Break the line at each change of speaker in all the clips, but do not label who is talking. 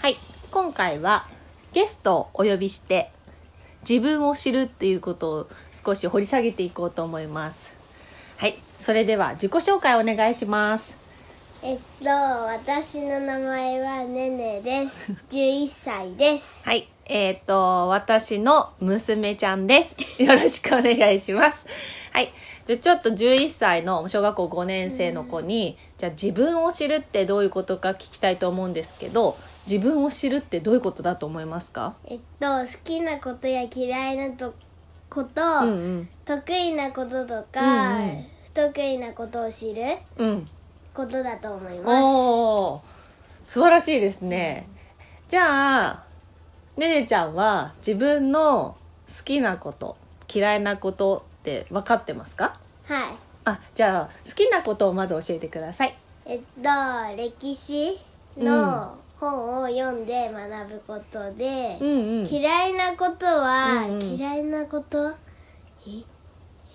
はい今回はゲストをお呼びして自分を知るっていうことを少し掘り下げていこうと思いますはいそれでは自己紹介お願いします
えっと、私の名前はねね です。11歳です。
はいえっ、と私の娘ちゃんです よろしくお願いしますはいじゃあちょっと11歳の小学校5年生の子に、じゃあ自分を知るってどういうことか聞きたいと思うんですけど自分を知るってどういうことだと思いますか
えっと、好きなことや嫌いなとこと、
うんうん
得意なこととか、
うんうん
不得意なことを知る
うん
ことだと思いま
おお素晴らしいですね、じゃあねねちゃんは自分の好きなこと嫌いなことって分かってますか
す。はい。
あじゃあ好きなことをまず教えてください
えっと、歴史の本を読んで学ぶことで、
うんうん
嫌いなことは、
うんうん
嫌いなことえ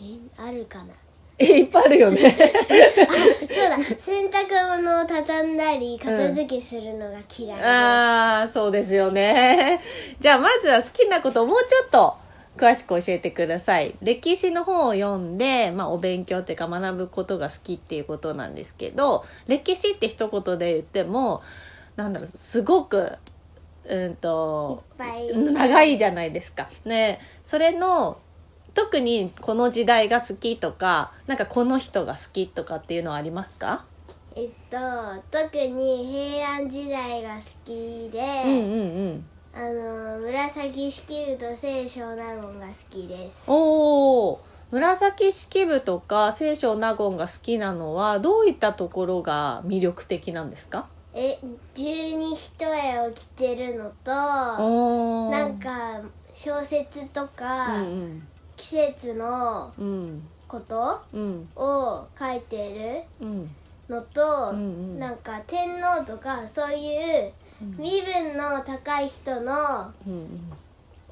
えあるかな
えいっぱいあるよね
そうだ洗濯物を畳んだり片付けするのが嫌いです、
ああそうですよね じゃあまずは好きなことをもうちょっと詳しく教えてください歴史の本を読んで、まあ、お勉強っていうか学ぶことが好きっていうことなんですけど歴史って一言で言ってもなんだろうすごくうんと
いっぱい
長いじゃないですか。ねそれの特にこの時代が好きとかなんかこの人が好きとかっていうのはありますか、
えっと特に平安時代が好き
うんうん
で、
うん
あの紫式部と清少納言が好きです
おお紫式部とか清少納言が好きなのはどういったところが魅力的なんですか
え十二一重を着てるのと
おー
なんか小説とか、
うん
季節の
うんうん
こと
うん
を書いて
うん
るのと、
うんうん
なんか天皇とかそういう身分の高い人の
うんうん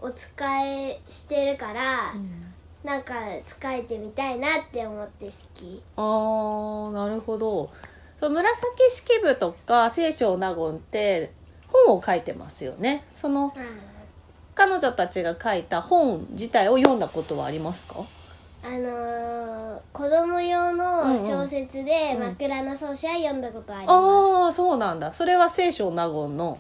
お使いしてるから、なんか使えてみたいなって思って好き
あーなるほどそう紫式部とか清少納言って本を書いてますよねその彼女たちが書いた本自体を読んだことはありますか
あのー、子供用の小説で「
うんうん
枕草子」は読んだことありま
ああそうなんだそれは清少納言の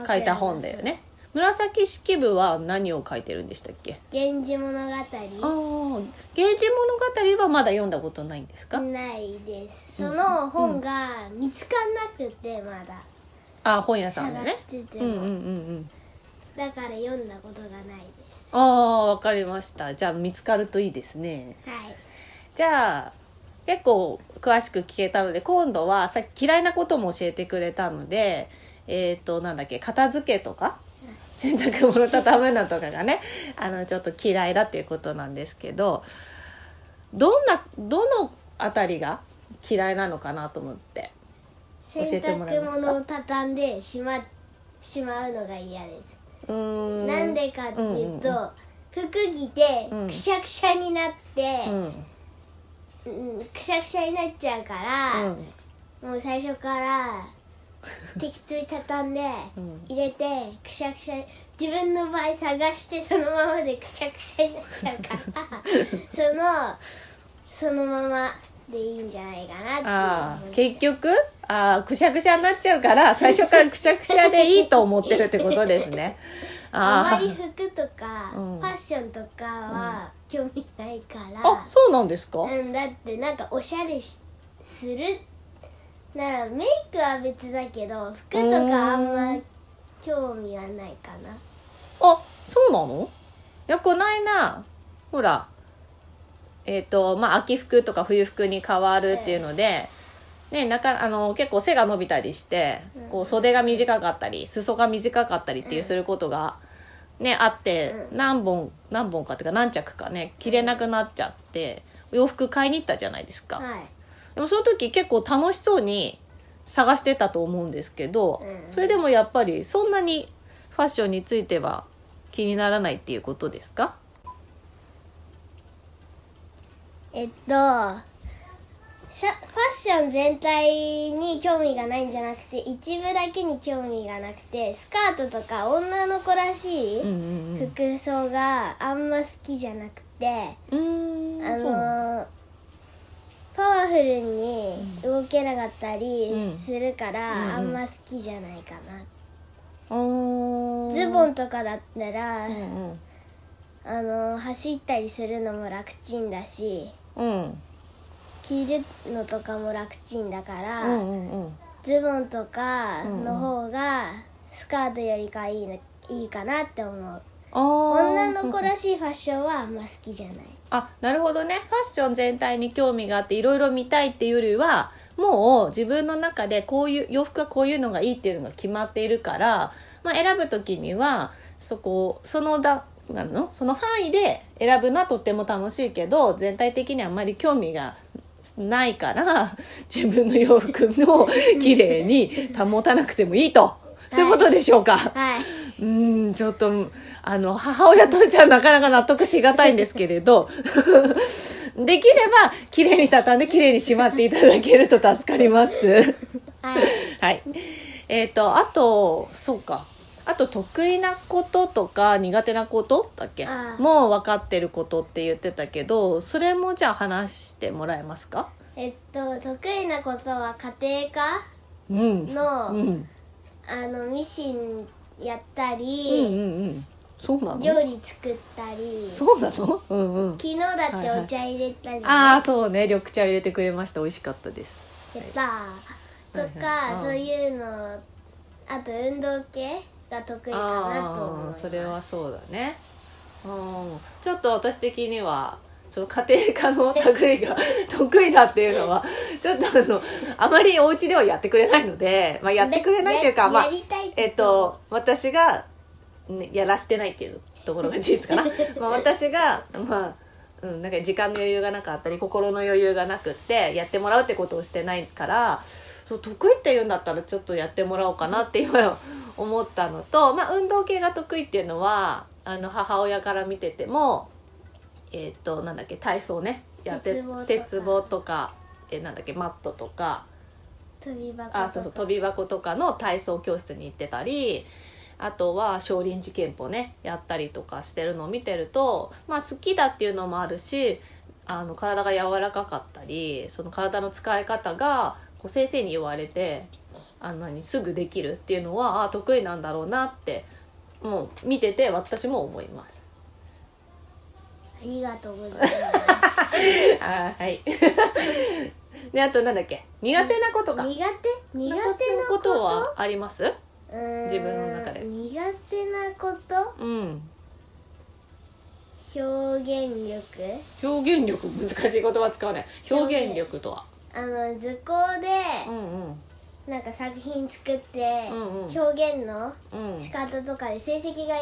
す
書いた本だよね紫式部は何を書いてるんでしたっけ
「源氏物語
ああ源氏物語はまだ読んだことないんです」か、
ないですその本が見つかんなくてまだ
ああ本屋さんで
探
ね
してて
うんうんうん
も、
うん
だから読んだことがないです
ああわかりましたじゃあ見つかるといいですね
はい
じゃあ結構詳しく聞けたので今度はさっき嫌いなことも教えてくれたのでえっ、となんだっけ片付けとか洗濯物畳むのとかがね あのちょっと嫌いだっていうことなんですけどどんなどのあたりが嫌いなのかなと思って教
洗
えてもらえ
濯
ますか
物を畳んでしましまうのが嫌です、
うーん
なんでかっていうと、
うんうん
服着て
うん
くしゃくしゃになって
う、ん
うんくしゃくしゃになっちゃうから、もう最初から適当に畳んで
うん
入れてくしゃくしゃ自分の場合探してそのままでくしゃくしゃになっちゃうから そのそのままでいいんじゃないかな
あ
って
あ
いう
結局ああくしゃくしゃになっちゃうから最初からくしゃくしゃでいいと思ってるってことですね。
あ
あ
まり服とか、
うん
ファッションとかは興味ないから、
ああそうなんですか、
うん、だってなんかおしゃれしするならメイクは別だけど服とかあんま興味はないかな
あそうなのいやこないなほらえっ、とまあ秋服とか冬服に変わるっていうので、ね、なかあの結構背が伸びたりして、
うん
こう袖が短かったり裾が短かったりっていうすることが、ね、あって、
う
何本何本かっていうか何着かね着れなくなっちゃって洋服買いに行ったじゃないですか、
はい
でもその時結構楽しそうに探してたと思うんですけど、
うん
それでもやっぱりそんなにファッションについては気にならないっていうことですか
えっとシャファッション全体に興味がないんじゃなくて一部だけに興味がなくてスカートとか女の子らしい
うんうんうん
服装があんま好きじゃなくて、
うーん
あ
そうな
のパワフルに動けなかったりするから、
うんうんうん
あんま好きじゃないかな、
の
ズボンとかだったら、
うんうん
あの走ったりするのも楽ちんだし
うん
着るのとかも楽ちんだから、
うんうんうん
ズボンとか
うんうん
の方がスカートよりかいいのいいかなって思う
あー
女の子らしいファッションはあんま好きじゃない
あなるほどねファッション全体に興味があっていろいろ見たいっていうよりはもう自分の中でこういう洋服はこういうのがいいっていうのが決まっているから、まあ、選ぶ時にはそこそのだなんのその範囲で選ぶのはとっても楽しいけど全体的にあんまり興味がないから 自分の洋服を綺麗に保たなくてもいいと。そういうことでしょうか、
はいう
ーんちょっとあの母親としてはなかなか納得しがたいんですけれど できれば綺麗に畳んで綺麗にしまっていただけると助かります。
はい
はい、えっ、とあとそうかあと得意なこととか苦手なことだっけ
ああ
もう分かってることって言ってたけどそれもじゃあ話してもらえますか
えっと得意なことは家庭
うん、
科
う
の、
ん、うん
あのミシンやった
うんう
り、
んそうなの
料理作ったり昨
そうなのうんうん
日だってお茶入れたじゃ
あ
な
あそうね緑茶入れてくれました美味しかったです
いですか、
はい
とか、
はいはい
そういうのあと運動系が得意かなと思
あ
いま
ー
す
それはそうだねうんちょっと私的にはその家庭科の類が 得意だっていうのはちょっとあのあまりお家ではやってくれないので、まあ、やってくれないというか
や
まあ
やりたい
えっと私がねやらしてないっていうところが事実か なまあ私がまあうん、なんか時間の余裕がなかったり心の余裕がなくってやってもらうってことをしてないからそう得意って言うんだったらちょっとやってもらおうかなって今思ったのと、まあ、運動系が得意っていうのはあの母親から見ててもえっ、となんだっけ体操ねやって
鉄棒とか
鉄棒とかえなんだっけマットとか
飛び箱とか
あそうそう飛び箱とかの体操教室に行ってたりあとは少林寺拳法ねやったりとかしてるのを見てると、まあ、好きだっていうのもあるしあの体が柔らかかったりその体の使い方がこう先生に言われてあんなにすぐできるっていうのはあ得意なんだろうなってもう見てて私も思います。
ありがとうございます
あーはい であとなんだっけ苦手なことか
苦手苦手なこ
こととはあります
うーん
自分の中で
苦手なこと
うん
表現力
表現力難しい言葉使わない表現力とは
あの図工で、
うんうん
なんか作品作って、
うんうん
表現の
うん
仕方とかで成績が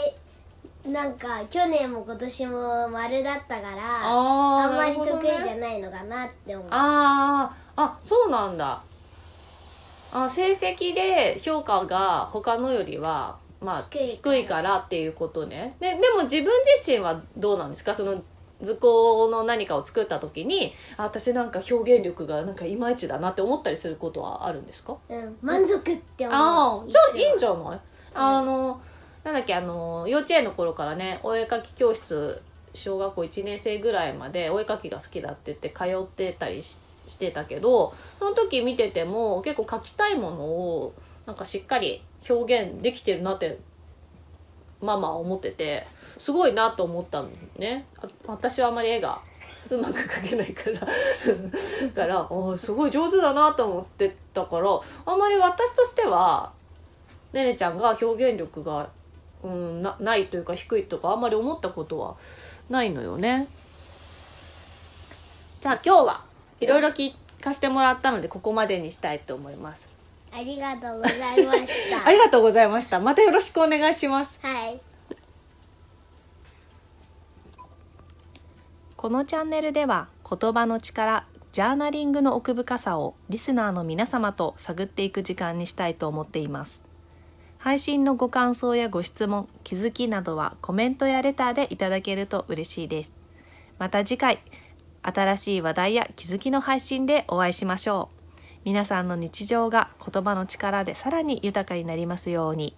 なんか去年も今年も丸だったからあ,、
あー
んまり得意
なるほ
じ
ど
ゃ
ね
ないのかなって思う、
あーあそうなんだあ成績で評価が他のよりはまあ
低い
低いからっていうことねででも自分自身はどうなんですかその図工の何かを作った時にあ私なんか表現力がなんかいまいちだなって思ったりすることはあるんですか
うん、満足って
あ
思う
あじゃあいいん
じ
じゃないあのなんだっけあの幼稚園の頃からねお絵描き教室小学校1年生ぐらいまでお絵描きが好きだって言って通ってたりししてたけどその時見てても結構描きたいものをなんかしっかり表現できてるなってママは思っててすごいなと思ったんねあ私はあまり絵がうまく描けないからだからあーすごい上手だなと思ってたからあんまり私としてはねねちゃんが表現力が、うん、なないというか低いとかあんまり思ったことはないのよね。じゃあ今日はいろいろ聞かせてもらったのでここまでにしたいと思います
ありがとうございました
ありがとうございましたまたよろしくお願いします
はい
このチャンネルでは言葉の力ジャーナリングの奥深さをリスナーの皆様と探っていく時間にしたいと思っています配信のご感想やご質問気づきなどはコメントやレターでいただけると嬉しいですまた次回新しい話題や気づきの配信でお会いしましょう皆さんの日常が言葉の力でさらに豊かになりますように